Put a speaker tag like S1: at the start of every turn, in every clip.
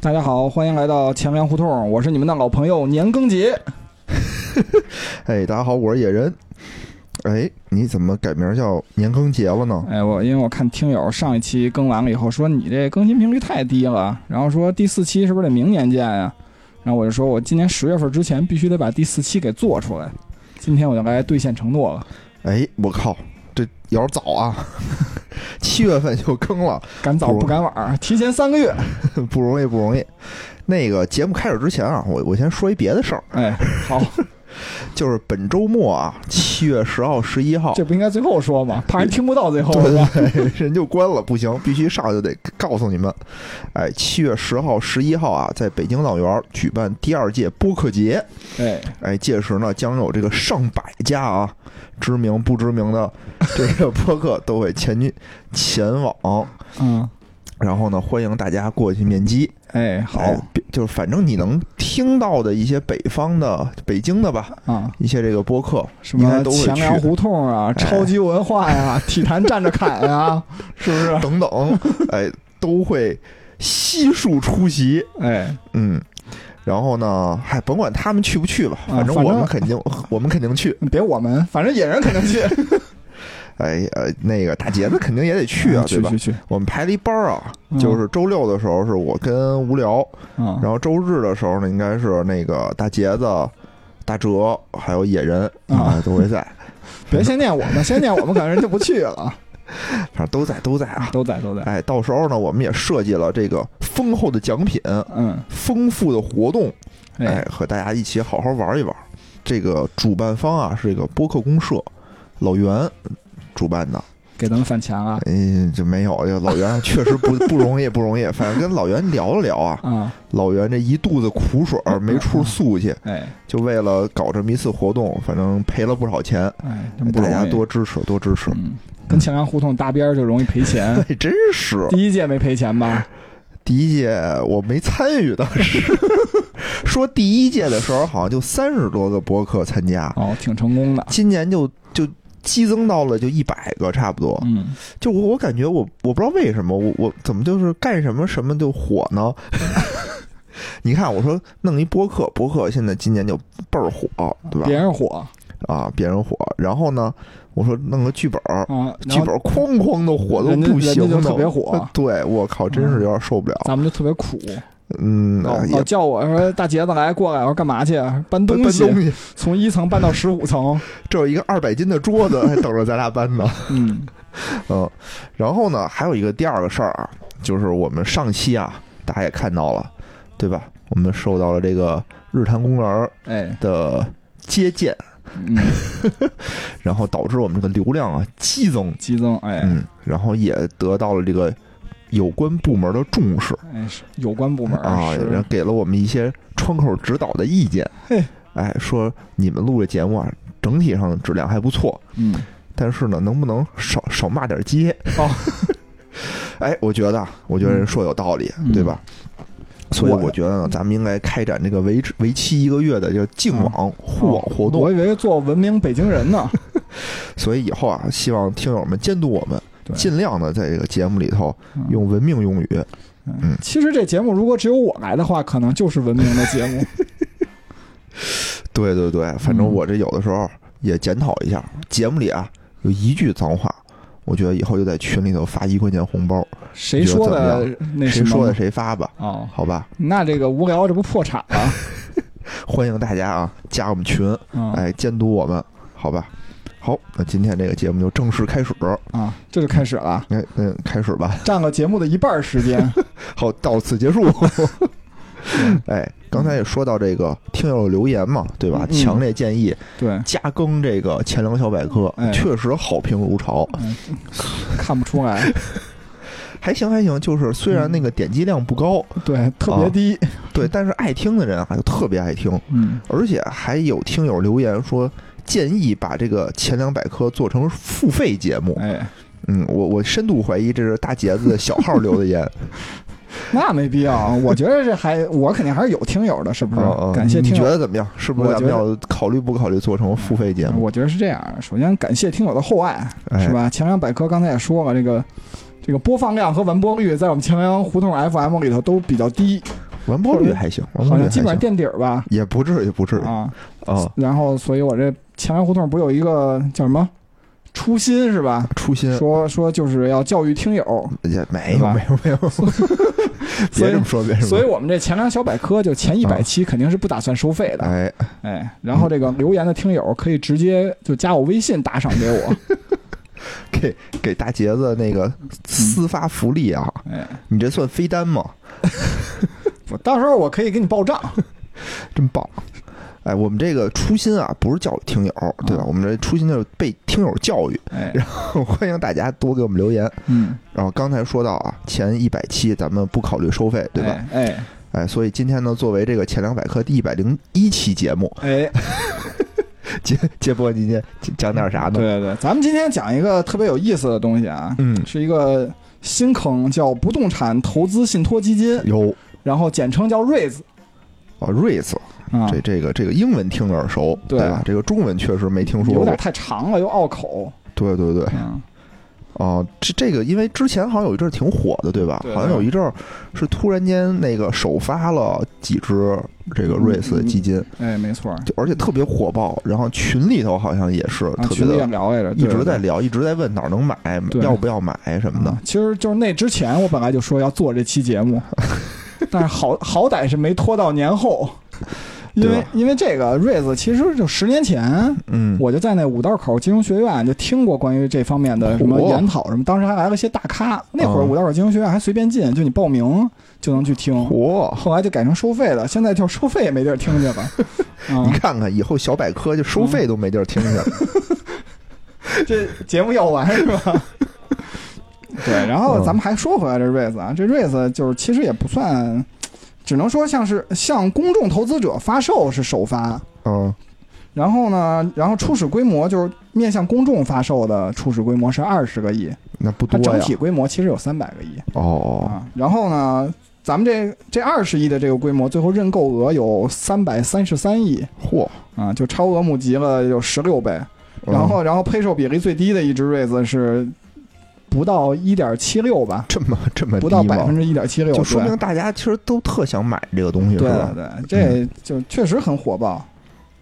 S1: 大家好，欢迎来到钱粮胡同，我是你们的老朋友年更杰。
S2: 哎，大家好，我是野人。哎，你怎么改名叫年更节了呢？
S1: 哎，我因为我看听友上一期更完了以后说你这更新频率太低了，然后说第四期是不是得明年见呀、然后我就说我今年十月份之前必须得把第四期给做出来。今天我就来兑现承诺了，
S2: 哎，我靠，这有点早啊， 七月份就更了，
S1: 赶早不赶晚儿，提前三个月。
S2: 不容易，不容易。那个节目开始之前啊，我我先说一别的事儿，
S1: 哎，好，
S2: 就是本周末啊，七月十号、十一号，
S1: 这不应该最后说吗？怕人听不到最后
S2: 对
S1: 是吧？
S2: 对对，人就关了，不行，必须上就得告诉你们。哎，七月十号、十一号啊，在北京浪园举办第二届播客节。
S1: 哎，
S2: 哎，届时呢，将有这个上百家啊，知名不知名的这 个播客都会前去前往，
S1: 嗯，
S2: 然后呢，欢迎大家过去面基。
S1: 哎，好
S2: 哎，别就是反正你能听到的一些北方的、北京的吧，
S1: 啊。
S2: 一些这个播客，
S1: 什么
S2: 应该都会
S1: 钱粮
S2: 去哎
S1: 胡同啊、超级文化呀、体坛站着侃呀、是不是？
S2: 等 等，哎，都会悉数出席。
S1: 哎，
S2: 嗯，然后呢，嗨，甭管他们去不去吧，
S1: 啊
S2: 反正
S1: 反
S2: 我们
S1: 正
S2: 肯定，我们肯定去。
S1: 别我们，反正野人肯定去，
S2: 哎呃，那个大杰子肯定也得 去啊，
S1: 嗯
S2: 对
S1: 去
S2: 吧
S1: 去？去，
S2: 我们排了一班儿啊，
S1: 嗯
S2: 就是周六的时候是我跟无聊，
S1: 嗯，
S2: 然后周日的时候呢，应该是那个大杰子、大哲还有野人
S1: 啊
S2: 都会在，
S1: 别先念我们，先念我们，可能人就不去了。
S2: 反正都 在都在啊。
S1: 都在，都在，
S2: 哎，到时候呢，我们也设计了这个丰厚的奖品、
S1: 嗯，
S2: 丰富的活动，哎
S1: 哎，，
S2: 和大家一起好好玩一玩。这个主办方啊是这个播客公社，老袁主办的。
S1: 给咱们返钱啊了
S2: 嗯，就没有，这老袁确实不 不容易，不容易。反正跟老袁聊了聊啊，
S1: 啊，
S2: 老袁这一肚子苦水
S1: 嗯
S2: 儿没处诉去，
S1: 哎
S2: 就为了搞这么一次活动，反正赔了不少钱。
S1: 哎，真不
S2: 大
S1: 容易，
S2: 家多支持，多支持。
S1: 嗯，跟钱粮胡同搭边儿就容易赔 钱。
S2: 哎，真是
S1: 第一届没赔钱吧？
S2: 第一届我没参与，当时 说第一届的时候好像就三十多个博客参加，
S1: 哦，挺成功的，
S2: 今年就就激增到了就一百个差不多。
S1: 嗯，
S2: 就我我感觉我我不知道为什么我我怎么就是干什么什么就火呢？ 你看我说弄一播客，播客现在今年就倍儿火，
S1: 别
S2: 对吧？
S1: 人火
S2: 啊，别人火。然后呢，我说弄个剧本儿，
S1: 啊，然
S2: 剧
S1: 后
S2: 本儿哐哐的火都
S1: 人家
S2: 不行
S1: 人家
S2: 的，
S1: 就特别火嗯
S2: 对我靠，真是有点受不了。
S1: 咱们就特别苦，
S2: 嗯，
S1: 老
S2: 也
S1: 老叫我说大杰子来过来，我说干嘛去？啊搬
S2: 搬
S1: 哦东
S2: 搬
S1: 西，
S2: 东西，
S1: 从一层搬到十五层。
S2: 这有一个二百斤的桌子还等着咱俩搬呢。
S1: 嗯，
S2: 嗯，然后呢，还有一个第二个事儿啊，就是我们上期啊，大家也看到了，对吧？我们受到了这个日坛公园
S1: 哎，
S2: 的接见，
S1: 嗯，
S2: 然后导致我们这个流量啊激增，
S1: 激增，哎，
S2: 嗯，然后也得到了这个有关部门的重视
S1: 哎，是有关部门儿
S2: 啊，有人
S1: 是，
S2: 给了我们一些窗口指导的意见
S1: 嘿，
S2: 哎，说你们录这节目啊，整体上质量还不错，
S1: 嗯，
S2: 但是呢，能不能少少骂点街？
S1: 哦，
S2: 哎，我觉得啊，我觉得人说有道理，
S1: 嗯
S2: 对吧？所以
S1: 我
S2: 我觉得呢，咱们应该开展这个为为期一个月的叫净网互网活动。
S1: 嗯哦我以为做文明北京人呢。
S2: 所以以后啊，希望听友们监督我们，
S1: 对
S2: 尽量的在这个节目里头
S1: 嗯
S2: 用文明用语。嗯
S1: 其实这节目如果只有我来的话，可能就是文明的节目。
S2: 对对对，反正
S1: 嗯
S2: 我这有的时候也检讨一下，节目里啊有一句脏话，我觉得以后就在群里头发一块钱红包，
S1: 谁说的那什
S2: 谁
S1: 么
S2: 说的谁发吧，
S1: 哦，
S2: 好吧？
S1: 那这个无聊这不破产了？
S2: 欢迎大家啊加我们群，
S1: 嗯
S2: 哎，监督我们，好吧？好，那今天这个节目就正式开始。
S1: 啊，这就开始了，
S2: 哎，嗯，开始吧。
S1: 占了节目的一半儿时间。
S2: 好，到 此结束。哎，刚才也说到这个听友留言嘛，对吧？
S1: 嗯
S2: 强烈建议
S1: 对，
S2: 加更这个《钱粮小百科
S1: 哎》，
S2: 确实好评如潮，
S1: 嗯看不出来，
S2: 还行还行。就是虽然那个点击量不高，
S1: 对，特别低。
S2: 对，但是爱听的人啊就特别爱听，
S1: 嗯，
S2: 而且还有听友留言说建议把这个《钱粮百科》做成付费节目。
S1: 哎，
S2: 嗯，我我深度怀疑这是大杰子的小号留 的言。
S1: 那没必要。我觉得这还，我肯定还是有听友的，是不是？
S2: 哦
S1: 嗯
S2: 哦
S1: 感谢
S2: 你
S1: 听
S2: 觉
S1: 友。
S2: 得怎么样？是不是
S1: 我
S2: 咱
S1: 觉
S2: 们
S1: 得
S2: 要考虑不考虑做成付费节目？
S1: 我觉得是这样的。首先感谢听友的厚爱，
S2: 哎
S1: 嗯是吧？钱粮百科刚才也说了，这个这个播放量和完播率在我们钱粮胡同 FM 里头都比较低，
S2: 完播率还行，完播
S1: 好像
S2: 率还
S1: 基本上
S2: 行，
S1: 垫底儿吧。
S2: 也不至于，不至于
S1: 啊，
S2: 啊。
S1: 然后所以我这前门胡同不是有一个叫什么初心是吧？
S2: 初心
S1: 说说就是要教育听友，
S2: 也没
S1: 是
S2: 有
S1: 吧
S2: 没有没有， 别这么说，别这么
S1: 所以
S2: 说。
S1: 我们这前粮小百科就前一百
S2: 啊
S1: 期肯定是不打算收费的，
S2: 哎，
S1: 哎，然后这个留言的听友可以直接就加我微信打赏给 我，
S2: 给给大杰子那个私发福利啊，
S1: 嗯哎，
S2: 你这算飞单吗？
S1: 我到时候我可以给你报账，
S2: 真棒！哎，我们这个初心啊，不是教育听友，对吧？
S1: 啊
S2: 我们这初心就是被听友教育，
S1: 哎，
S2: 欢迎大家多给我们留言。
S1: 嗯，
S2: 然后刚才说到啊，前一百期咱们不考虑收费，对吧？
S1: 哎？哎
S2: 哎，所以今天呢，作为这个前两百课第一百零一期节目，
S1: 哎，
S2: 接接波，今天讲点啥呢？
S1: 对对对，咱们今天讲一个特别有意思的东西啊，
S2: 嗯，
S1: 是一个新坑，叫不动产投资信托基金，
S2: 有
S1: 然后简称叫 REITs
S2: 啊，raise，
S1: 啊，
S2: 这这个这个英文听着耳熟，
S1: 对
S2: 对吧？这个中文确实没听说
S1: 有
S2: 过
S1: 点。太长了，又拗口，
S2: 对对对，
S1: 嗯，
S2: 哦，这这个因为之前好像有一阵儿挺火的，对吧？
S1: 对
S2: 好像有一阵儿是突然间那个首发了几只这
S1: 嗯
S2: 个瑞斯基金，
S1: 哎，没错，
S2: 就而且特别火爆，然后群里头好像也是
S1: 啊，
S2: 特别
S1: 群里也
S2: 的，
S1: 聊来着，
S2: 一
S1: 对
S2: 直
S1: 对
S2: 在聊，一直在问哪儿能买，
S1: 对
S2: 要不要买什么的
S1: 啊。其实就是那之前，我本来就说要做这期节 目，但是好好歹是没拖到年后，因
S2: 对
S1: 为
S2: 吧
S1: 因为这个瑞子其实就十年前。
S2: 嗯，
S1: 我就在那五道口金融学院就听过关于这方面的什么
S2: 嚯
S1: 研讨什么，当时还来了些大咖。那会儿
S2: 啊
S1: 五道口金融学院还随便进，就你报名就能去听。
S2: 哇，
S1: 后来就改成收费的，现在就收费也没地儿听去 了。
S2: 你
S1: 啊，
S2: 看看以后小百科就收费都没地儿听去了。
S1: 这节目要完是吧？ 对，然后
S2: 嗯
S1: 咱们还说回来这瑞子啊，这瑞子就是其实也不算，只能说像是向公众投资者发售是首发，
S2: 嗯
S1: 然后呢，然后初始规模就是面向公众发售的初始规模是二十个亿，
S2: 那不
S1: 它
S2: 多
S1: 整
S2: 呀
S1: 体。规模其实有三百个亿
S2: 哦，
S1: 啊。然后呢，咱们这这二十亿的这个规模，最后认购额有三百三十三亿
S2: 嚯！
S1: 啊，就超额募集了有十六倍。
S2: 嗯
S1: 然后，然后配售比例最低的一只瑞子是不到一点七六吧，
S2: 这么这么
S1: 不到
S2: 呃低吗
S1: 百分之一点七六，
S2: 就说
S1: 对
S2: 明大家其实都特想买这个东西，是
S1: 对
S2: 吧？
S1: 对对，这就确实很火爆。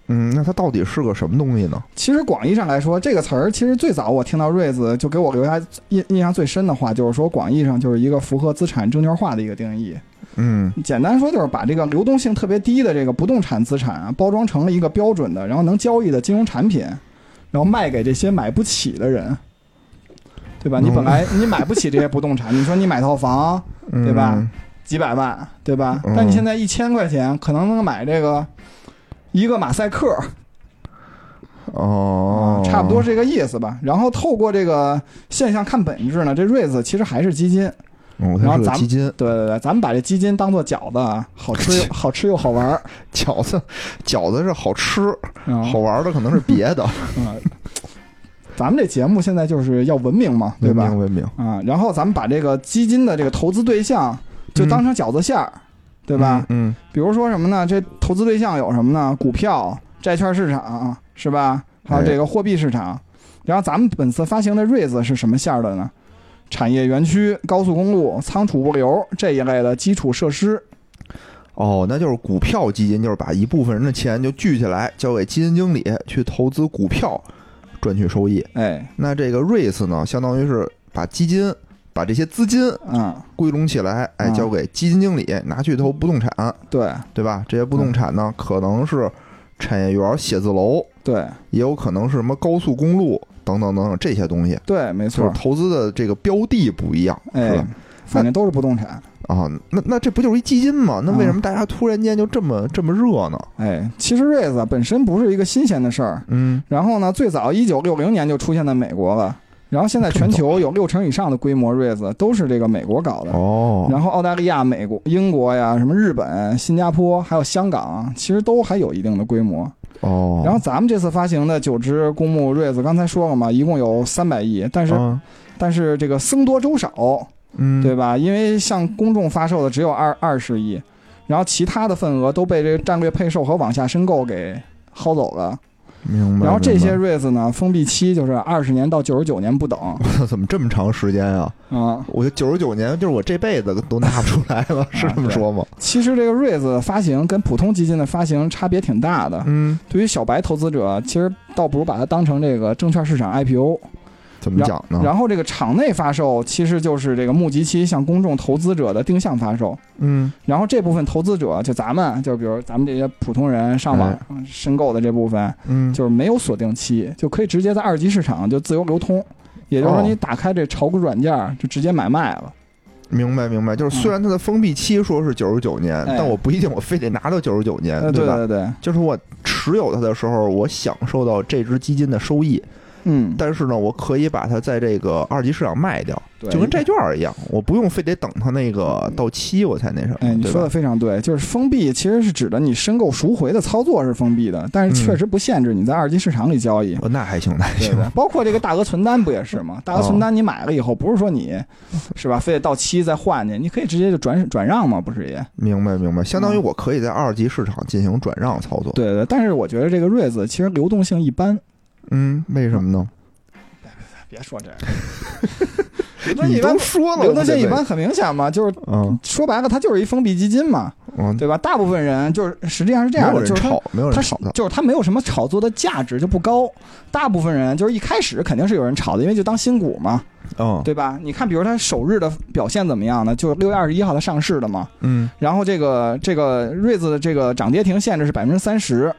S2: 嗯，那它到底是个什么东西呢？
S1: 其实广义上来说，这个词儿其实最早我听到瑞子就给我留下印印象最深的话，就是说广义上就是一个符合资产证券化的一个定义。
S2: 嗯，
S1: 简单说就是把这个流动性特别低的这个不动产资产啊，包装成了一个标准的，然后能交易的金融产品，然后卖给这些买不起的人，对吧？你
S2: 嗯
S1: 本来你买不起这些不动产，你说你买套房对吧
S2: 嗯
S1: 几百万，对吧？
S2: 嗯
S1: 但你现在一千块钱可能能买这个一个马赛克，
S2: 哦
S1: 啊，差不多是这个意思吧。然后透过这个现象看本质呢，这瑞子其实还是基金。
S2: 嗯，
S1: 然
S2: 它
S1: 后
S2: 是个
S1: 咱们
S2: 基金，
S1: 对对对，咱们把这基金当做饺子啊，好 吃又好吃又好玩儿。
S2: 饺子，饺子是好吃，
S1: 嗯
S2: 好玩的可能是别的，
S1: 嗯，咱们这节目现在就是要文明嘛，对吧
S2: 文？明文明，
S1: 啊，然后咱们把这个基金的这个投资对象就当成饺子馅儿，对吧？
S2: 嗯？
S1: 比如说什么呢？这投资对象有什么呢？股票、债券市场，是吧？
S2: 哎
S1: 还有这个货币市场。然后咱们本次发行的瑞子是什么馅儿的呢？产业园区、高速公路、仓储物流这一类的基础设施。
S2: 嗯，哦，那就是股票基金，就是把一部分人的钱就聚起来，交给基金经理去投资股票，赚取收益。
S1: 哎，
S2: 那这个 REITs 呢，相当于是把基金。把这些资金
S1: 嗯，
S2: 归拢起来，哎，
S1: 嗯
S2: 交给基金经理拿去投不动产，
S1: 对
S2: 对吧？这些不动产呢，可能是产业园、写字楼，
S1: 对
S2: 也有可能是什么高速公路等等等等这些东西，
S1: 对，没
S2: 就是
S1: 错。
S2: 投资的这个标的不一样，是
S1: 哎
S2: 吧？，
S1: 反正都是不动产。
S2: 啊，那那这不就是一基金吗？那为
S1: 嗯
S2: 什么大家突然间就这么这么热呢？
S1: 哎，其实瑞子本身不是一个新鲜的事儿。
S2: 嗯，
S1: 然后呢，最早一九六零年就出现在美国了。然后现在全球有六成以上的规模瑞子都是这个美国搞的。
S2: 啊哦，
S1: 然后澳大利亚、美国、英国呀，什么日本、新加坡，还有香港，其实都还有一定的规模。
S2: 哦，
S1: 然后咱们这次发行的九只公募瑞子，刚才说了嘛，一共有三百亿，但是、
S2: 啊
S1: 但是这个僧多粥少，
S2: 嗯，
S1: 对吧？因为向公众发售的只有二二十亿，然后其他的份额都被这个战略配售和往下申购给薅走了。
S2: 明白。
S1: 然后这些
S2: 明
S1: raise 呢，封闭期就是二十年到九十九年不等
S2: 白 怎么这么长时间啊？
S1: 啊。
S2: 我就九十九年，就是我这辈子都拿不出来 了，是这么说吗？
S1: 其实这个 raise 发行跟普通基金的发行差别挺大的。
S2: 嗯，
S1: 对于小白投资者，其实倒不如把它当成这个证券市场 IPO。
S2: 怎么讲呢？
S1: 然后这个场内发售其实就是这个募集期向公众投资者的定向发售。
S2: 嗯，
S1: 然后这部分投资者，就咱们，就比如咱们这些普通人上网嗯申购的这部分，
S2: 哎嗯，
S1: 就是没有锁定期，就可以直接在二级市场就自由流通。也就是说，
S2: 哦
S1: 你打开这炒股软件儿就直接买卖了。
S2: 明白明白，就是虽然它的封闭期说是九十九年，
S1: 哎
S2: 但我不一定我非得拿到九十九年，
S1: 呃，
S2: 吧？
S1: 对对，
S2: 就是我持有它的时候，我享受到这只基金的收益，
S1: 嗯，
S2: 但是呢，我可以把它在这个二级市场卖掉，
S1: 对
S2: 就跟债券儿一样，我不用非得等它那个到期我才那什么，
S1: 哎，你
S2: 对
S1: 说的
S2: 吧？
S1: 非常对，就是封闭其实是指的你申购赎回的操作是封闭的，但是
S2: 嗯
S1: 确实不限制你在二级市场里交 易。
S2: 哦那还行，那还
S1: 对
S2: 行
S1: 不，对？包括这个大额存单不也是 吗？大额
S2: 哦
S1: 存单你买了以后，不是说你，是吧？非得到期再换去，你可以直接就转转让嘛，不是也？
S2: 明白明白，相当于我可以在二级市场进行转让操作。，
S1: 对对。但是我觉得这个瑞子其实流动性一般，
S2: 嗯，为什么呢？哎
S1: 别说这个， 流动性
S2: 你
S1: 一般
S2: 都，说了，
S1: 流动性一
S2: 我
S1: 般很明显嘛，就是
S2: 不得问，嗯
S1: 说白了，它就是一封闭基金嘛，
S2: 嗯，
S1: 对吧？大部分人就是实际上是这
S2: 没
S1: 样
S2: 有
S1: 的，
S2: 人
S1: 就是它
S2: 炒，没有
S1: 它
S2: 人
S1: 是
S2: 炒它，
S1: 就是它没有什么炒作的价值，就不高。大部分人就是一开始肯定是有人炒的，因为就当新股嘛，
S2: 嗯
S1: 对吧？你看，比如它首日的表现怎么样呢？就是六月二十一号它上市的嘛，
S2: 嗯，
S1: 然后这个这个瑞子的这个涨跌停限制是百分之三十，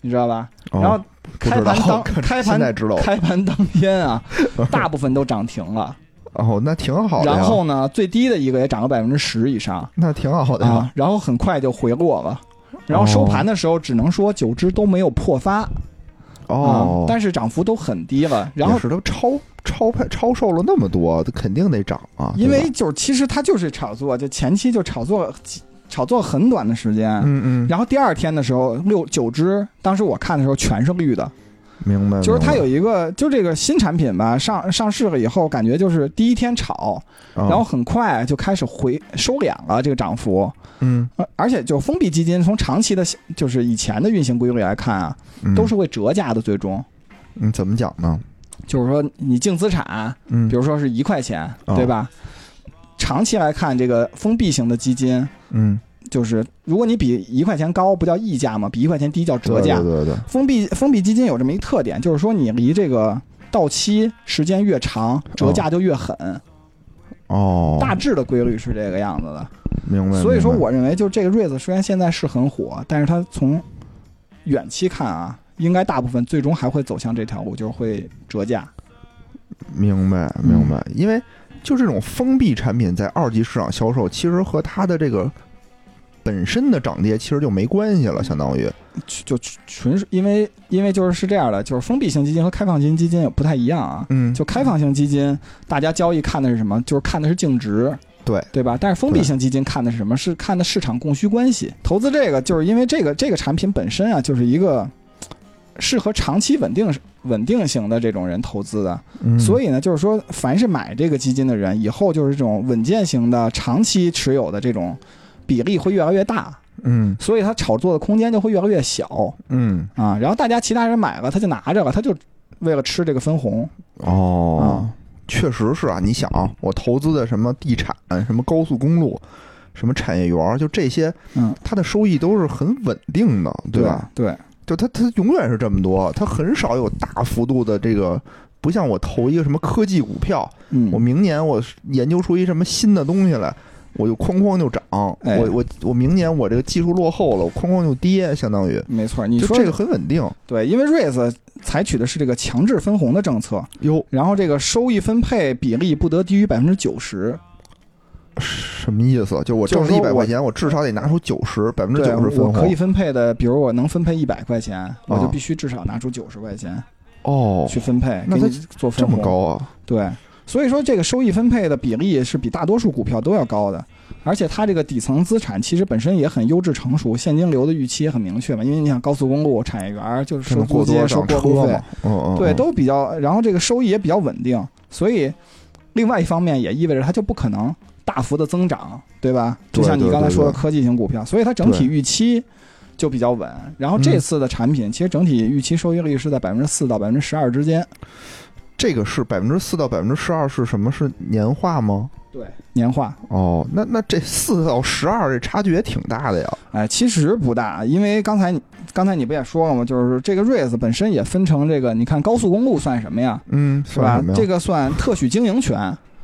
S1: 你知道吧？
S2: 哦
S1: 然后
S2: 不
S1: 开
S2: 知道
S1: 盘当开
S2: 现在
S1: 盘
S2: 知道了，
S1: 开盘当天啊，大部分都涨停了，
S2: 哦，那挺好的呀，
S1: 然后呢，最低的一个也涨了百分之十以上
S2: 那挺好的呀，
S1: 啊，然后很快就回落了。然后收盘的时候，只能说九只都没有破发啊、
S2: 哦，
S1: 但是涨幅都很低了。然后
S2: 也是它超超派超售了那么多，它肯定得涨啊，
S1: 因为
S2: 对吧
S1: 就是其实它就是炒作，就前期就炒作炒作很短的时间，
S2: 嗯嗯，
S1: 然后第二天的时候六九只，当时我看的时候全是绿的，
S2: 明白，
S1: 就是它
S2: 嗯明
S1: 有一个就这个新产品吧，上上市了以后，感觉就是第一天炒，
S2: 白，
S1: 然后
S2: 啊
S1: 很快就开始回收敛了这个涨幅，
S2: 嗯
S1: 而而且就封闭基金从长期的就是以前的运行规律来看啊，
S2: 嗯
S1: 都是会折价的，最终。
S2: 嗯怎么讲呢？
S1: 就是说，你净资产，
S2: 嗯，
S1: 比如说是一块钱，
S2: 哦
S1: 对吧？长期来看，这个封闭型的基金，
S2: 嗯
S1: 就是如果你比一块钱高，不叫溢价吗？比一块钱低叫折
S2: 对
S1: 价。
S2: 对对对，
S1: 封闭封闭基金有这么一特点，就是说你离这个到期时间越长，折价就越狠。
S2: 哦，
S1: 大致的规律是这个样子的。
S2: 明白，
S1: 所以说，
S2: 明白
S1: 我认为就这个瑞子虽然现在是很火，但是它从远期看啊，应该大部分最终还会走向这条路，就是会折价。
S2: 明白
S1: 嗯
S2: 明白，因为就这种封闭产品在二级市场销售，其实和它的这个本身的涨跌其实就没关系了，相当于
S1: 就就纯是因为因为就是是这样的，就是封闭型基金和开放型基金也不太一样啊。
S2: 嗯
S1: 就开放型基金，大家交易看的是什么？就是看的是净值，
S2: 对
S1: 对吧？但是封闭型基金看的是什么？是看的市场供需关系。投资这个，就是因为这个这个产品本身啊，就是一个呃适合长期稳定稳定型的这种人投资的。所
S2: 以
S1: 以呢，就是说，凡是买这个基金的人，以后就是这种稳健型的、长期持有的这种比例会越来越大，
S2: 嗯
S1: 所以它炒作的空间就会越来越小
S2: 嗯
S1: 啊。然后大家其他人买了，他就拿着了，他就为了吃这个分红。
S2: 哦。确实是啊，你想啊，我投资的什么地产、什么高速公路、什么产业园儿，就这些，
S1: 嗯，
S2: 它的收益都是很稳定的，对吧？？
S1: 对，
S2: 就它它永远是这么多，它很少有大幅度的这个，不像我投一个什么科技股票，
S1: 嗯，
S2: 我明年我研究出一什么新的东西来，我就哐哐就涨，
S1: 哎
S2: 我我我明年我这个技术落后了，我哐哐就跌，相当于
S1: 没错，你
S2: 就
S1: 说
S2: 这个很稳定
S1: 对，因为瑞 e 采取的是这个强制分红的政策，
S2: 哟，
S1: 然后这个收益分配比例不得低于百分之九十。
S2: 什么意思？就我
S1: 就
S2: 挣
S1: 是
S2: 了
S1: 说
S2: 一百
S1: 我
S2: 块钱，我至少得拿出九十百分之
S1: 对，
S2: 九十分
S1: 我
S2: 红，
S1: 可以分配的，比如我能分配一百块钱，我就
S2: 啊
S1: 必须至少拿出九十块钱
S2: 哦，
S1: 去分配，
S2: 那
S1: 给
S2: 它
S1: 你做分
S2: 这么
S1: 红。
S2: 高啊？
S1: 对，所以说这个收益分配的比例是比大多数股票都要高的，而且它这个底层资产其实本身也很优质成熟，现金流的预期也很明确嘛，因为你想高速公路、产业园儿就是
S2: 这
S1: 收
S2: 能
S1: 租
S2: 过
S1: 金、
S2: 多
S1: 收
S2: 上
S1: 过
S2: 车
S1: 路费
S2: 嘛，？嗯嗯，
S1: 对，
S2: 嗯
S1: 都比较，然后这个收益也比较稳定，所以另外一方面也意味着它就不可能大幅的增长，对吧？就
S2: 对
S1: 像你
S2: 对
S1: 刚才
S2: 对
S1: 说的
S2: 对
S1: 科技型股票，所以它整体
S2: 对
S1: 预期就比较稳。然后这次的产品，其实整体预期收益率是在百分之四到百分之十二之间。
S2: 这个是百分之四到百分之十二是什么？是年化吗？
S1: 对，年化，
S2: 哦，那那这四到十二这差距也挺大的呀。
S1: 哎，其实不大，因为刚才你刚才你不也说了吗？就是这个 REITs 本身也分成这个，你看高速公路算什么呀？
S2: 嗯，
S1: 是吧？这
S2: 个
S1: 个算特许经营权，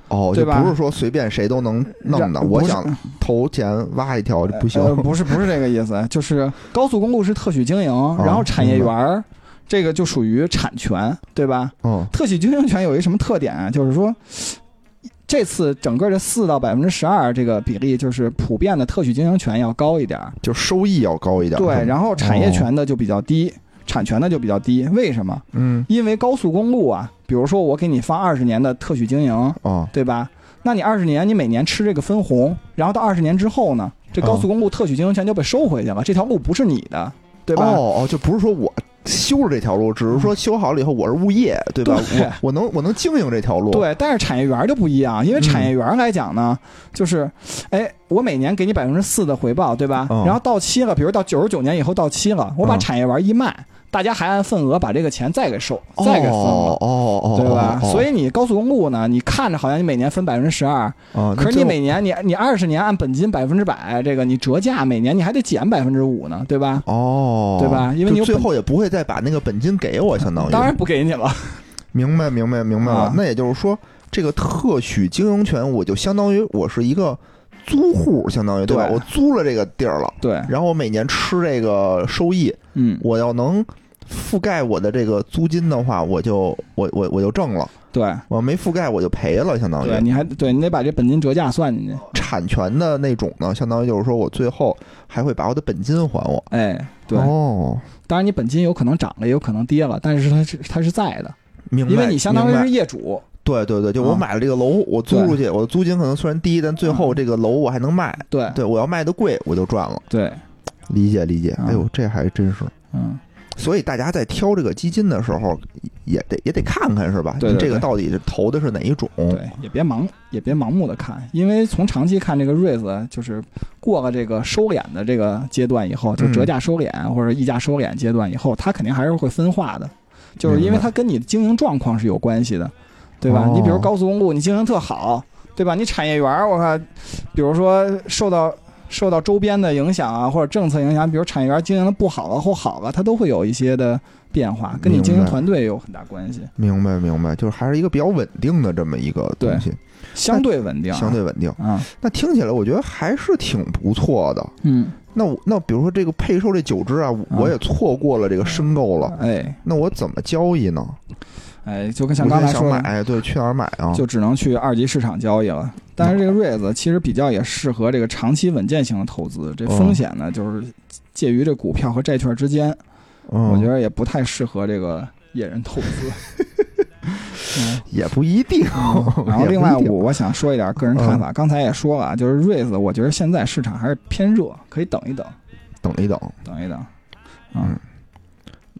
S2: 哦，
S1: 对
S2: 就
S1: 吧
S2: 不是说随便谁都能弄的。
S1: 不
S2: 我
S1: 是
S2: 想投钱挖一条就不行。
S1: 呃，不是不是这个意思，就是高速公路是特许经营，
S2: 啊
S1: 然后产业园儿这个就属于产权，对吧？
S2: 嗯
S1: 特许经营权有一什么特点啊？就是说，这次整个这四到百分之十二这个比例，就是普遍的特许经营权要高一点儿，
S2: 就收益要高一点。哦
S1: 对，
S2: 是吗
S1: 然后产业权的就比较低，产权的就比较低。为什么？
S2: 嗯
S1: 因为高速公路啊，比如说我给你放二十年的特许经营，
S2: 哦
S1: 对吧？那你二十年，你每年吃这个分红，然后到二十年之后呢，这高速公路特许经营权就被收回去了，这条路不是你的，对吧？嗯
S2: 哦哦，就不是说我修了这条路，只是说修好了以后我是物业，对吧？
S1: 对
S2: 我我能我能经营这条路。，
S1: 对，但是产业园就不一样，因为产业园来讲呢，就是，哎，我每年给你百分之四的回报，对吧？
S2: 嗯
S1: 然后到期了，比如到九十九年以后到期了，我把
S2: 嗯
S1: 产业园一卖，大家还按份额把这个钱再给收，再给分
S2: 哦
S1: 了。
S2: 哦哦，
S1: 对吧？
S2: 哦
S1: 所以你高速公路呢，你看着好像你每年分百分之十二，
S2: 啊，那
S1: 可是你
S2: 就
S1: 每年你你二十年按本金百分之百，这个你折价每年你还得减百分之五呢，对吧？
S2: 哦，
S1: 对吧因为你
S2: 就
S1: 有
S2: 最
S1: 本
S2: 后也不会再把那个本金给我，相当于
S1: 当然不给你 了，
S2: 明白明白明白了
S1: 啊。
S2: 那也就是说，这个特许经营权，我就相当于我是一个租户，相当于对吧？
S1: 对
S2: 我租了这个地儿了，
S1: 对，
S2: 然后我每年吃这个收益，
S1: 嗯，
S2: 我要能覆盖我的这个租金的话，我就我我我就挣了。
S1: 对，
S2: 我没覆盖我就赔了，相当
S1: 对，
S2: 于
S1: 你还对你得把这本金折价算进去，
S2: 产权的那种呢，相当于就是说我最后还会把我的本金还我。
S1: 哎，对，
S2: 哦，
S1: 当然你本金有可能涨了，也有可能跌了，但是它是它是在的，
S2: 明白，
S1: 因为你相当于
S2: 明白
S1: 是业主，
S2: 对对对，就我
S1: 嗯
S2: 买了这个楼，我租出去，我的租金可能虽然低，但最后这个楼我还能卖。
S1: 对
S2: 对，我要卖的贵，我就赚了。
S1: 对，
S2: 理解理解，
S1: 嗯
S2: 哎呦，这还真是。
S1: 嗯，
S2: 所以大家在挑这个基金的时候，也得也得看看是吧？
S1: 对对
S2: 你这个
S1: 对
S2: 到底是投的是哪一种？
S1: 对，也别盲也别盲目的看，因为从长期看，这个瑞子就是过了这个收敛的这个阶段以后，就
S2: 嗯
S1: 折价收敛或者溢价收敛阶段以后，它肯定还是会分化的，就是因
S2: 明
S1: 为
S2: 白
S1: 它跟你的经营状况是有关系的，对吧？
S2: 哦
S1: 你比如高速公路，你经营特好，对吧？你产业园儿，我靠，比如说受到。受到周边的影响啊，或者政策影响，比如产业园经营的不好了或好了，它都会有一些的变化，跟你经
S2: 明
S1: 营
S2: 白
S1: 团队有很大关系，
S2: 明白明白，就是还是一个比较稳定的这么一个东西，
S1: 相对稳定啊、
S2: 相对稳定。
S1: 啊，
S2: 那听起来我觉得还是挺不错的。
S1: 嗯，
S2: 那我那比如说这个配售这九只啊，我也错过了这个申购了，
S1: 哎，
S2: 那我怎么交易呢？
S1: 哎，就跟
S2: 我
S1: 像刚才
S2: 现在想
S1: 说的，
S2: 买，对，去哪儿买啊？
S1: 就只能去二级市场交易了。但是这个瑞子其实比较也适合这个长期稳健型的投资，
S2: 嗯
S1: 这风险呢就是介于这股票和债券之间，
S2: 嗯
S1: 我觉得也不太适合这个野人投 资。嗯
S2: 也不一定。
S1: 然后，另外
S2: 也不一定嗯
S1: 我我想说一点个人看法，刚才也说了啊，就是瑞子，我觉得现在市场还是偏热，可以等一等，
S2: 等一等，
S1: 等一等。
S2: 嗯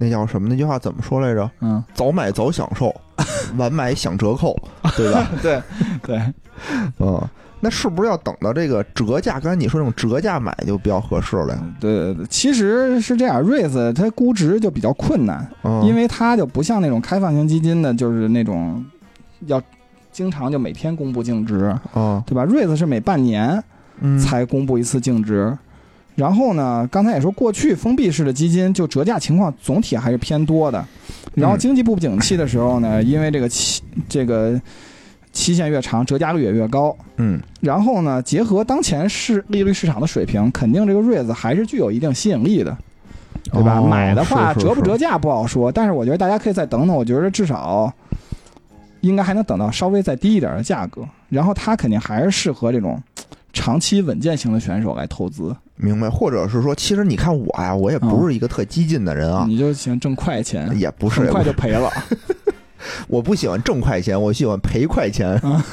S2: 那叫什么？那句话怎么说来着？
S1: 嗯，
S2: 早买早享受，晚买享折扣，对吧？
S1: 对对，
S2: 嗯，那是不是要等到这个折价？刚才你说那种折价买就比较合适了呀？
S1: 对对对，其实是这样，瑞子它估值就比较困难，
S2: 嗯，
S1: 因为它就不像那种开放型基金的，就是那种要经常就每天公布净值，
S2: 啊，
S1: 对吧？REITs 是每半年
S2: 嗯，
S1: 才公布一次净值。然后呢，刚才也说，过去封闭式的基金就折价情况总体还是偏多的。然后
S2: 嗯
S1: 经济不景气的时候呢，因为这个期这个期限越长，折价率也越高。
S2: 嗯，
S1: 然后呢，结合当前市利率市场的水平，肯定这个 REITs 还是具有一定吸引力的。对吧？
S2: 哦
S1: 买的话
S2: 是是
S1: 折不
S2: 是
S1: 折价不好说，但是我觉得大家可以再等等，我觉得至少应该还能等到稍微再低一点的价格。然后它肯定还是适合这种长期稳健型的选手来投资，
S2: 明白，或者是说，其实你看我呀，我也
S1: 嗯
S2: 不是一个特激进的人啊，
S1: 你就想挣快钱，
S2: 也不是，
S1: 很快就赔了。嗯
S2: 我不喜欢挣快钱，我喜欢赔快钱。
S1: 啊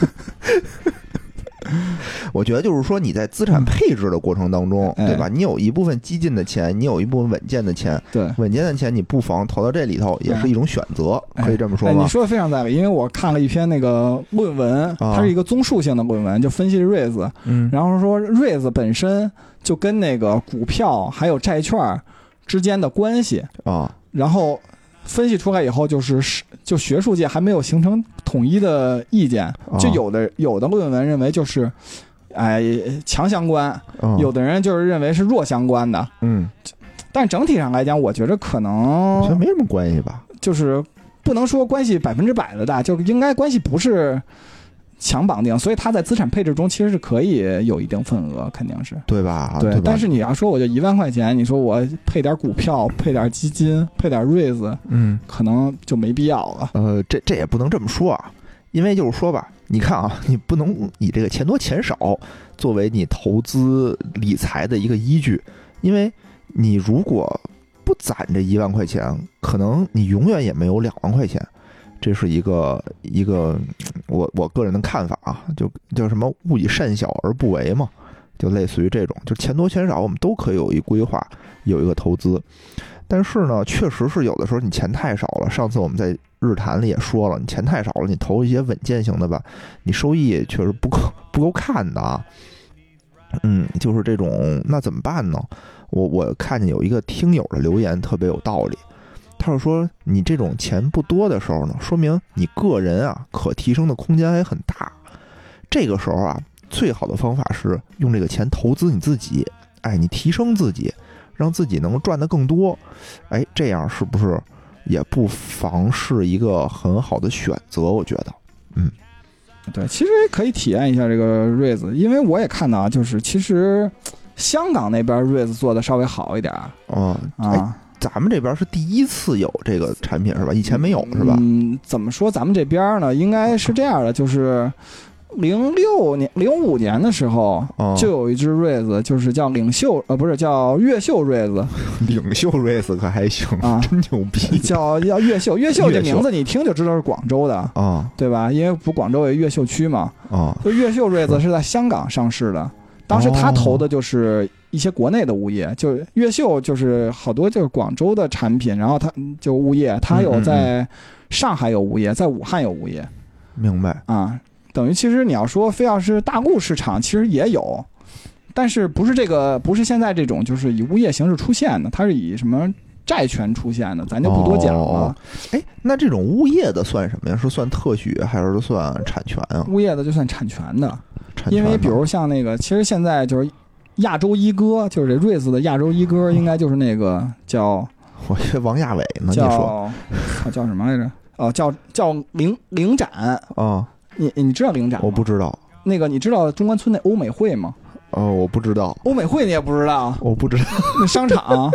S2: 我觉得就是说你在资产配置的过程当中，
S1: 嗯
S2: 对吧？你有一部分激进的钱，你有一部分稳健的钱，
S1: 对。
S2: 稳健的钱你不妨投到这里头，也是一种选择，
S1: 哎
S2: 可以这么说
S1: 哎，你
S2: 吗？
S1: 说的非常在理，因为我看了一篇那个论文，
S2: 啊
S1: 它是一个综述性的论文，就分析 REITs，
S2: 嗯
S1: 然后说 REITs 本身就跟那个股票还有债券之间的关系，
S2: 啊，
S1: 然后分析出来以后，就是是就学术界还没有形成统一的意见，就有的有的论文认为就是，哎强相关，
S2: 嗯
S1: 有的人就是认为是弱相关的，
S2: 嗯，
S1: 但整体上来讲，我觉着可
S2: 我觉得
S1: 能
S2: 没什么关系吧。
S1: 就是不能说关系百分之百的大，就是应该关系不是。强绑定，所以它在资产配置中其实是可以有一定份额，肯定是
S2: 啊对吧？
S1: 对。
S2: 吧？
S1: 但是你要说我就一万块钱，你说我配点股票、配点基金、配点 REITs，
S2: 嗯，
S1: 可能就没必要了。
S2: 呃，这这也不能这么说啊，因为就是说吧，你看啊，你不能以这个钱多钱少作为你投资理财的一个依据，因为你如果不攒这一万块钱，可能你永远也没有两万块钱。这是一个一个嗯我我个人的看法啊，就叫什么“勿以善小而不为”嘛，就类似于这种，就钱多钱少，我们都可以有一规划，有一个投资。但是呢，确实是有的时候你钱太少了。上次我们在日谈里也说了，你钱太少了，你投一些稳健型的吧，你收益也确实不够不够看的啊。嗯，就是这种，那怎么办呢？我我看见有一个听友的留言特别有道理，他是说你这种钱不多的时候呢，说明你个人啊可提升的空间还很大。这个时候啊，最好的方法是用这个钱投资你自己，哎，你提升自己，让自己能赚得更多，哎，这样是不是也不妨是一个很好的选择？我觉得，
S1: 对，其实也可以体验一下这个瑞子，因为我也看到啊，就是其实香港那边瑞子做的稍微好一点儿
S2: 嗯，哎，
S1: 啊，
S2: 咱们这边是第一次有这个产品是吧？以前没有是吧？
S1: 嗯，怎么说？咱们这边儿呢，应该是这样的，就是零六年、零五年的时候。
S2: 哦，
S1: 嗯就有一只瑞子，就是叫领袖，呃，不是叫越秀瑞 子
S2: 领袖瑞斯可还行，
S1: 啊
S2: 真牛逼
S1: 叫叫越秀。越秀这
S2: 越秀
S1: 名字你一听就知道是广州的，
S2: 啊
S1: 对吧？因为不广州有越秀区嘛。
S2: 啊！
S1: 就越秀瑞子是在香港上市的，当时他投的就是一些国内的物业，就是越秀就是好多就是广州的产品，然后他就物业，他有
S2: 嗯
S1: 在上海有物业，在武汉有物业
S2: 明白，
S1: 啊，等于其实你要说非要是大陆市场，其实也有。但是不是这个不是现在这种就是以物业形式出现的，它是以什么债权出现的，咱就不多讲了。
S2: 哦哎，那这种物业的算什么呀？是算特许还是算产权啊？
S1: 物业的就算产权的，
S2: 产权
S1: 因
S2: 吧
S1: 为比如像那个，其实现在就是亚洲一哥，就是这瑞子的亚洲一
S2: 嗯
S1: 哥，应该就是那个叫
S2: 我觉得王亚伟呢，你
S1: 叫
S2: 说
S1: 啊 叫什么来着？哦，叫叫领领展，
S2: 啊？
S1: 你你知道领展吗？
S2: 我不知道，
S1: 那个，你知道中关村那欧美汇吗？
S2: 呃，我不知道，
S1: 欧美汇你也不知道？
S2: 我不知道，
S1: 那商场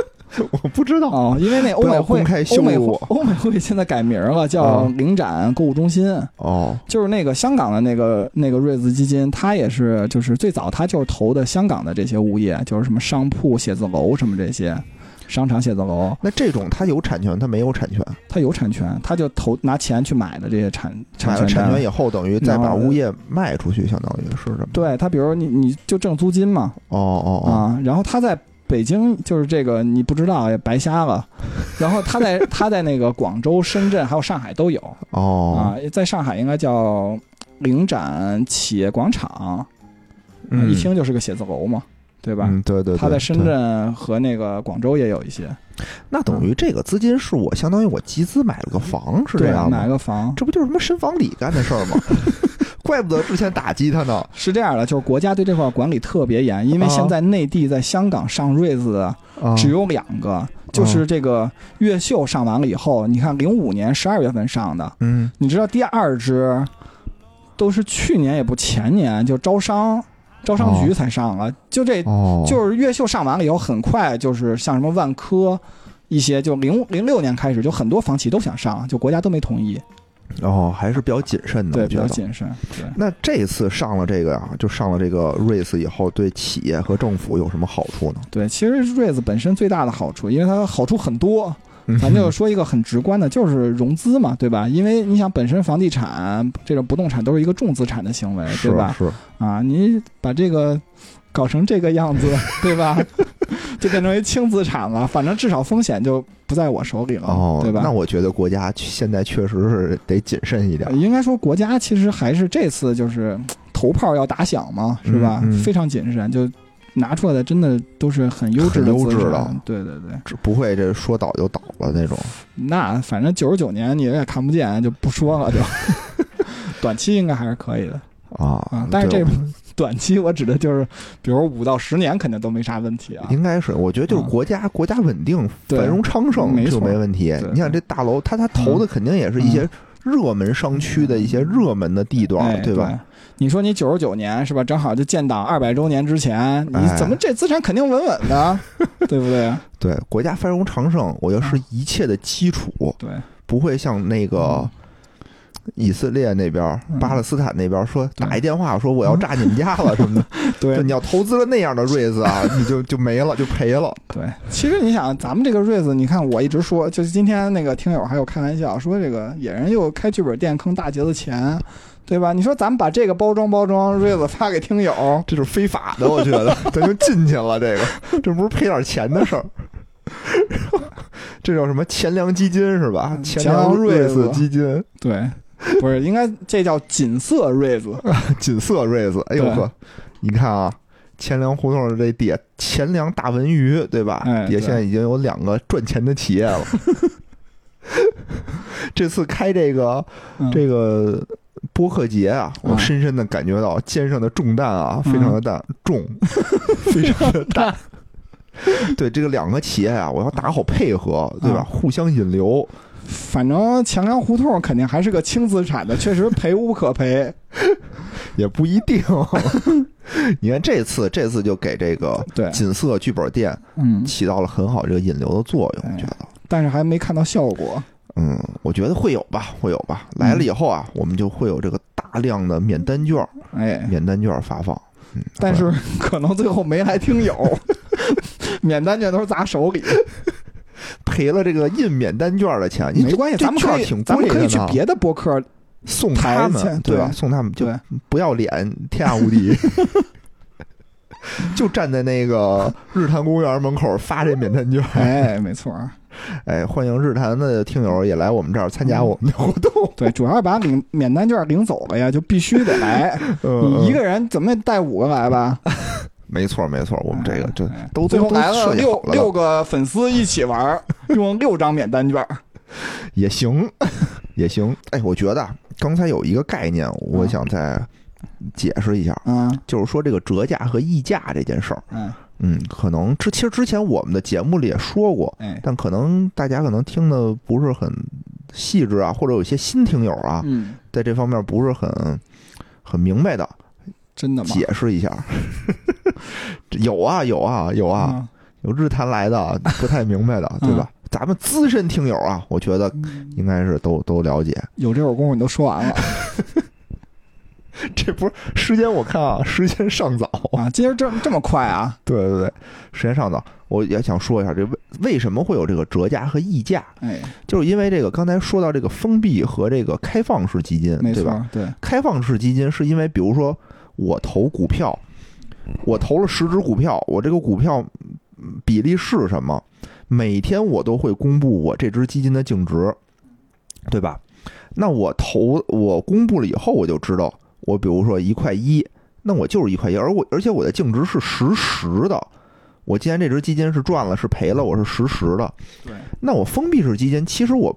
S2: 我不知道。
S1: 哦，因为那欧美
S2: 不要
S1: 汇
S2: 公开羞
S1: 欧美
S2: 辱
S1: 汇
S2: 我
S1: 欧美汇现在改名了，叫
S2: 啊
S1: 领展购物中心。
S2: 哦，
S1: 就是那个香港的那个那个瑞兹基金，它也是就是最早它就是投的香港的这些物业，就是什么商铺、写字楼什么这些，商场、写字楼，
S2: 那这种它有产权，它没有产权，
S1: 它有产权，它就投拿钱去买的这些产
S2: 买了
S1: 权
S2: 产
S1: 单
S2: 权以后，等于再把
S1: 然后
S2: 物业卖出去，相当于是什么？，
S1: 对它，比如你你就挣租金嘛
S2: 哦哦哦，
S1: 啊，然后它在北京就是这个你不知道也白瞎了，然后它在它在那个广州、深圳还有上海都有
S2: 哦，
S1: 啊，在上海应该叫领展企业广场，
S2: 嗯
S1: 一听就是个写字楼嘛，对吧？
S2: 嗯，对对对，
S1: 他在深
S2: 对，
S1: 圳和那个广州也有一些，
S2: 那等于这个资金是我相当于我集资买了个房，是这
S1: 对，
S2: 样
S1: 买
S2: 吗？
S1: 个房
S2: 这不就是什么深房里干的事儿吗？ 怪不得之前打击他呢。
S1: 是这样的，就是国家对这块管理特别严，因为
S2: 啊
S1: 现在内地在香港上瑞子的
S2: 啊
S1: 只有两个，就是这个越秀上完了以后，你看零五年十二月份上的，
S2: 嗯
S1: 你知道第二支都是去年也不前年就招商招商局才上了，就这
S2: 啊哦，
S1: 就是越秀上完了以后，很快就是像什么万科。一些就零零六年开始，就很多房企都想上，就国家都没同意，
S2: 哦，还是比较谨慎的，
S1: 对，
S2: 我
S1: 比
S2: 觉
S1: 较
S2: 得。
S1: 谨慎。对，
S2: 那这次上了这个啊，就上了这个瑞斯以后，对企业和政府有什么好处呢？
S1: 对，其实 REITs 本身最大的好处，因为它好处很多，咱就说一个很直观的，就是融资嘛，对吧？因为你想，本身房地产这种不动产都是一个重资产的行为，对
S2: 是
S1: 吧？
S2: 是，
S1: 啊，你把这个搞成这个样子，对吧？ 就变成一轻资产了，反正至少风险就不在我手里了，
S2: 哦，
S1: 对吧
S2: 那？我觉得国家现在确实是得谨慎一点
S1: 呃。应该说，国家其实还是这次就是嗯头炮要打响嘛，是吧？
S2: 嗯嗯
S1: 非常谨慎，就拿出来的真的都是很优质的
S2: 很优
S1: 资
S2: 质的
S1: 产对对对。
S2: 只不会这说倒就倒了那种，
S1: 那反正九十九年你也看不见，就不说了，就 短期应该还是可以的
S2: 啊
S1: 啊。但是
S2: 对
S1: 这短期我指的就是，比如五到十年肯定都没啥问题啊。
S2: 应该是，我觉得就是国家、国家稳定、
S1: 对
S2: 繁荣昌盛
S1: 没
S2: 就
S1: 错
S2: 没问题
S1: 对。嗯
S2: 你想这大楼，它它投的肯定也是一些热门商区的一些热门的地段，
S1: 哎，
S2: 对
S1: 对
S2: 吧？？
S1: 你说你九十九年是吧？正好就建党二百周年之前，你
S2: 哎
S1: 怎么这资产肯定稳稳的 啊，对不对？嗯
S2: 对，国家繁荣昌盛，我觉得是一切的基础，
S1: 对，
S2: 不会像那个
S1: 嗯。
S2: 以色列那边、
S1: 嗯
S2: 巴勒斯坦那边说
S1: 对
S2: 打一电话说我要炸你们家 了什么的，
S1: 对
S2: 就你要投资了那样的瑞子 啊，你就就没了，就赔了。
S1: 对，其实你想，咱们这个瑞子，你看我一直说，就是今天那个听友还有开玩笑说，这个野人又开剧本店坑大杰的钱，对吧？你说咱们把这个包装包装，瑞子发给听 友，
S2: 这就是非法的，我觉 得咱就进去了。这个，这不是赔点钱的事 儿。这叫什么钱粮基金是吧？
S1: 嗯
S2: 钱粮瑞
S1: 钱粮
S2: 子
S1: 瑞子
S2: 基金，
S1: 对，不是应该这叫锦瑟瑞子，
S2: 锦瑟瑞子。哎呦
S1: 对
S2: 呵，你看啊，钱粮胡同这底下钱粮大文娱对吧？
S1: 哎
S2: 底下
S1: 对
S2: 现在已经有两个赚钱的企业了。 这次开这个
S1: 嗯、
S2: 这个播客节啊，我
S1: 嗯
S2: 深深的感觉到肩上的重担啊，非常的大 重，非常的大。对这个两个企业啊，我要打好配合，对
S1: 嗯
S2: 吧？互相引流，
S1: 反正钱粮胡同肯定还是个轻资产的，确实赔无可 赔。
S2: 也不一 定。 你看这次，这次就给这个
S1: 对，
S2: 锦瑟剧本店
S1: 嗯，
S2: 起到了很好这个引流的作用，
S1: 哎
S2: 我觉得。
S1: 但是还没看到效果。
S2: 嗯，我觉得会有吧，会有吧。来了以后啊，我们就会有这个大量的免单券，
S1: 哎，
S2: 免单券发放。嗯，
S1: 但是可能最后没来听友， 免单券都是砸手里，
S2: 赔了这个印免单券的钱，因为
S1: 没关系，
S2: 这
S1: 咱们
S2: 券
S1: 可以
S2: 挺
S1: 咱
S2: 贵
S1: 们
S2: 的
S1: 可以去
S2: 呢
S1: 别的博客，
S2: 送他
S1: 抬
S2: 们
S1: 钱
S2: 吧？
S1: 对
S2: 送他们就
S1: 对
S2: 不要脸，天下无敌， 就站在那个日坛公园门口发这免单券。
S1: 哎，没错儿，
S2: 哎，欢迎日坛的听友也来我们这儿参
S1: 嗯
S2: 加我们的活动。
S1: 对，主要是把领免单券领走了呀，就必须得来，
S2: 嗯，
S1: 你一个人怎么也带五个来 吧？
S2: 没错没错，我们这个
S1: 哎
S2: 这
S1: 哎
S2: 都
S1: 最
S2: 都
S1: 后
S2: 都
S1: 来了
S2: 设计
S1: 六
S2: 好了
S1: 六
S2: 的，
S1: 个粉丝一起玩儿， 用六张免单券，
S2: 也行 也行。哎，我觉得啊刚才有一个概念，我
S1: 啊
S2: 想再解释一下，
S1: 啊，
S2: 就是说这个折价和溢价这件事儿。
S1: 嗯，
S2: 嗯，可能之其实之前我们的节目里也说过，
S1: 哎，
S2: 但可能大家可能听的不是很细致啊，或者有些新听友啊，
S1: 嗯，
S2: 在这方面不是很很明白的，
S1: 真的吗？
S2: 解释一下。 这有啊，有啊，有啊，
S1: 啊，
S2: 有日坛来的不太明白的，对吧？
S1: 嗯
S2: 咱们资深听友啊，我觉得应该是都都了解。
S1: 有这会儿功夫你都说 完了
S2: 这不是时间，我看啊，时间尚早。
S1: 啊，今儿这这么快啊？
S2: 对对对，时间尚早，我也想说一下这为为什么会有这个折价和溢价。
S1: 哎，
S2: 就是因为这个，刚才说到这个封闭和这个开放式基金，
S1: 没
S2: 对
S1: 错
S2: 吧？
S1: 儿，对，
S2: 开放式基金是因为，比如说我投股票，我投了十只股票，我这个股票嗯比例是什么？每天我都会公布我这只基金的净值，对吧？那我投我公布了以后，我就知道，我比如说一块一，那我就是一块一，而我而且我的净值是实时的。我今天这只基金是赚了是赔了，我是实时的。
S1: 对，
S2: 那我封闭式基金，其实我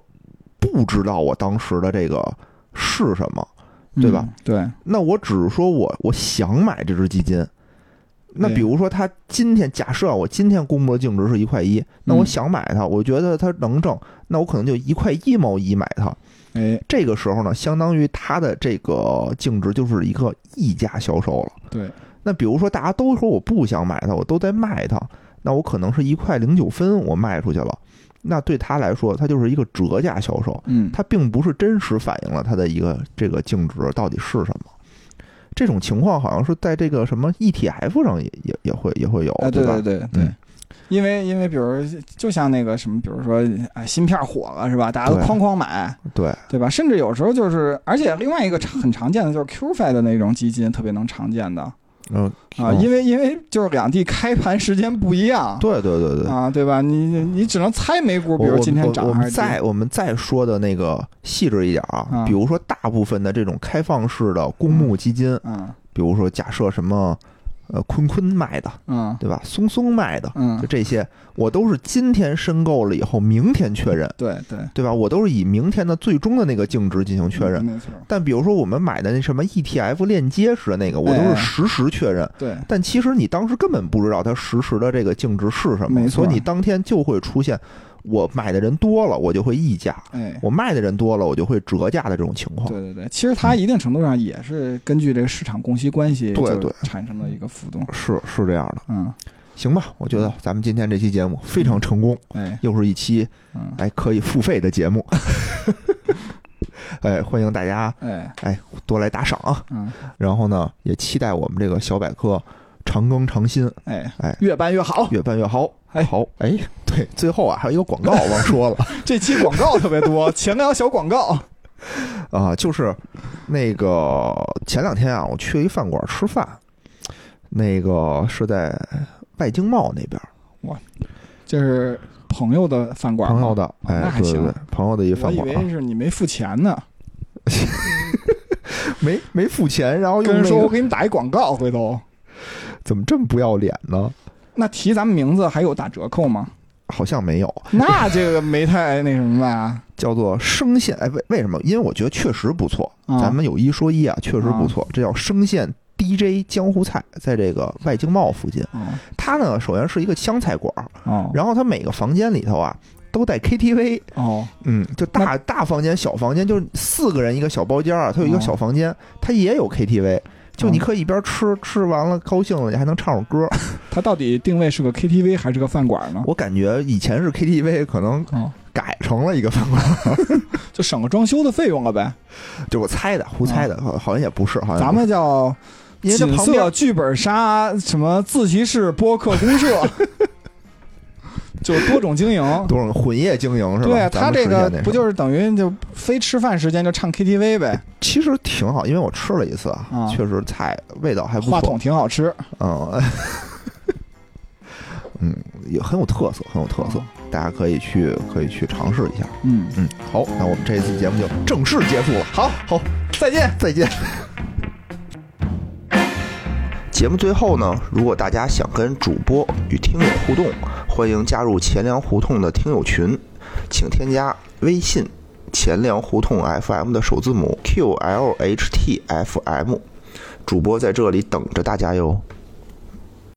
S2: 不知道我当时的这个是什么，对吧
S1: 嗯？对，
S2: 那我只是说我我想买这只基金。那比如说，它今天假设啊我今天公布的净值是一块一，那我想买它，我觉得它能挣，那我可能就一块一毛一买它。
S1: 哎，
S2: 这个时候呢，相当于它的这个净值就是一个溢价销售了。
S1: 对，
S2: 那比如说，大家都说我不想买它，我都在卖它，那我可能是一块零九分我卖出去了，那对他来说，它就是一个折价销售，
S1: 嗯，
S2: 它并不是真实反映了它的一个这个净值到底是什么。这 E 种情况好像是在这个什么 ETF 上也也也会也会有，
S1: 哎，对
S2: 吧？
S1: 对对对
S2: 嗯，
S1: 因为因为比如就像那个什么，比如说啊，芯片火了是吧？大家都
S2: 对
S1: 哐哐买，
S2: 对，
S1: 对吧？甚至有时候就是，而且另外一个常很常见的就是 QFI 的那种基金，特别能常见的
S2: 嗯
S1: 啊，
S2: 嗯
S1: 因为因为就是两地开盘时间不一样，
S2: 对对对对，
S1: 啊，对吧？你你你只能猜美股，比
S2: 我
S1: 如
S2: 我
S1: 今天
S2: 我
S1: 涨
S2: 我
S1: 还
S2: 们
S1: 是跌。
S2: 再我们再说的那个细致一点啊
S1: 啊，
S2: 比如说大部分的这种开放式的公募基金，
S1: 嗯
S2: 比如说假设什么呃坤坤卖的，
S1: 嗯
S2: 对吧？松松卖的，就
S1: 嗯，
S2: 这些，我都是今天申购了以后，明天确认，
S1: 对对，
S2: 对吧？我都是以明天的最终的那个净值进行确认。
S1: 没错，
S2: 但比如说我们买的那什么 ETF 链接时的那个，我都
S1: 哎
S2: 是
S1: 哎
S2: 实时确认。
S1: 对
S2: 但其实你当时根本不知道它实时的这个净值是什么，
S1: 没错
S2: 所以你当天就会出现我买的人多了，我就会溢价；
S1: 哎。
S2: 我卖的人多了，我就会折价的这种情况。
S1: 对对对，其实它一定程度上也是根据这个市场供需关系，
S2: 嗯对
S1: 就
S2: 对
S1: 产生了一个浮动。
S2: 是是这样的，
S1: 嗯，
S2: 行吧？我觉得咱们今天这期节目非常成功，
S1: 哎，
S2: 又是一期
S1: 嗯，
S2: 哎可以付费的节目。 哎，欢迎大家
S1: 哎，
S2: 多来打赏啊！
S1: 嗯，
S2: 然后呢，也期待我们这个小百科长更长新，
S1: 哎，
S2: 哎
S1: 越办越好。
S2: 越办越好。
S1: 哎
S2: 好，哎，对，最后啊，还有一个广告忘 说了
S1: 这期广告特别多，前两小广告。
S2: 啊、就是那个前两天啊，我去一饭馆吃饭，那个是在外经贸那边
S1: 这是朋友的饭馆吗，
S2: 朋友的，
S1: 哦那
S2: 哎，
S1: 还
S2: 对对
S1: 行
S2: 对，朋友的一饭
S1: 我以
S2: 馆啊、
S1: 为是你没付钱呢，
S2: 没没付钱，然后
S1: 跟
S2: 用
S1: 人
S2: 那
S1: 说我
S2: 个
S1: 给你打一广告，回头
S2: 怎么这么不要脸呢？
S1: 那提咱们名字还有打折扣 吗？
S2: 好像没有，
S1: 那这个没太那什么吧？
S2: 叫做生鲜，哎，为为什么？因为我觉得确实不错，
S1: 啊
S2: 咱们有一说一啊，确实不
S1: 嗯
S2: 错，这叫生鲜 DJ 江湖菜，在这个外经贸附近，
S1: 哦
S2: 它呢首先是一个湘菜馆儿，
S1: 哦
S2: 然后它每个房间里头啊都带 KTV，
S1: 哦，
S2: 嗯，就大大房间、小房间，就是四个人一个小包间儿啊，它有一个
S1: 哦
S2: 小房间，它也有 KTV。就你可以一边吃，吃完了高兴了，你还能唱首歌。
S1: 它到底定位是个 KTV 还是个饭馆呢？
S2: 我感觉以前是 KTV，可能
S1: 哦，
S2: 改成了一个饭馆，
S1: 就省个装修的费用了呗。
S2: 就我猜的，胡猜的，好好像也不是，好像
S1: 哦咱们叫
S2: 哎因为它
S1: 锦
S2: 旁边
S1: 瑟剧本杀什么自习室播客公社， 就多种经营。
S2: 都是混业经营是吧？
S1: 对
S2: 咱
S1: 他
S2: 们
S1: 这
S2: 实现
S1: 个
S2: 那
S1: 不
S2: 什么
S1: 就是等于就非吃饭时间就唱 KTV 呗？
S2: 其实挺好，因为我吃了一次啊，
S1: 啊
S2: 确实菜味道还不
S1: 话
S2: 错
S1: 筒，挺好吃，
S2: 嗯， 嗯，也很有特色，很有特
S1: 哦
S2: 色，大家可以去可以去尝试一下。
S1: 嗯，
S2: 嗯，好，那我们这一期节目就正式结束了。好，好，
S1: 再见。
S2: 再见。节目最后呢，如果大家想跟主播与听友互动，欢迎加入钱粮胡同的听友群，请添加微信“钱粮胡同 FM” 的首字母 “QLHTFM”，主播在这里等着大家哟。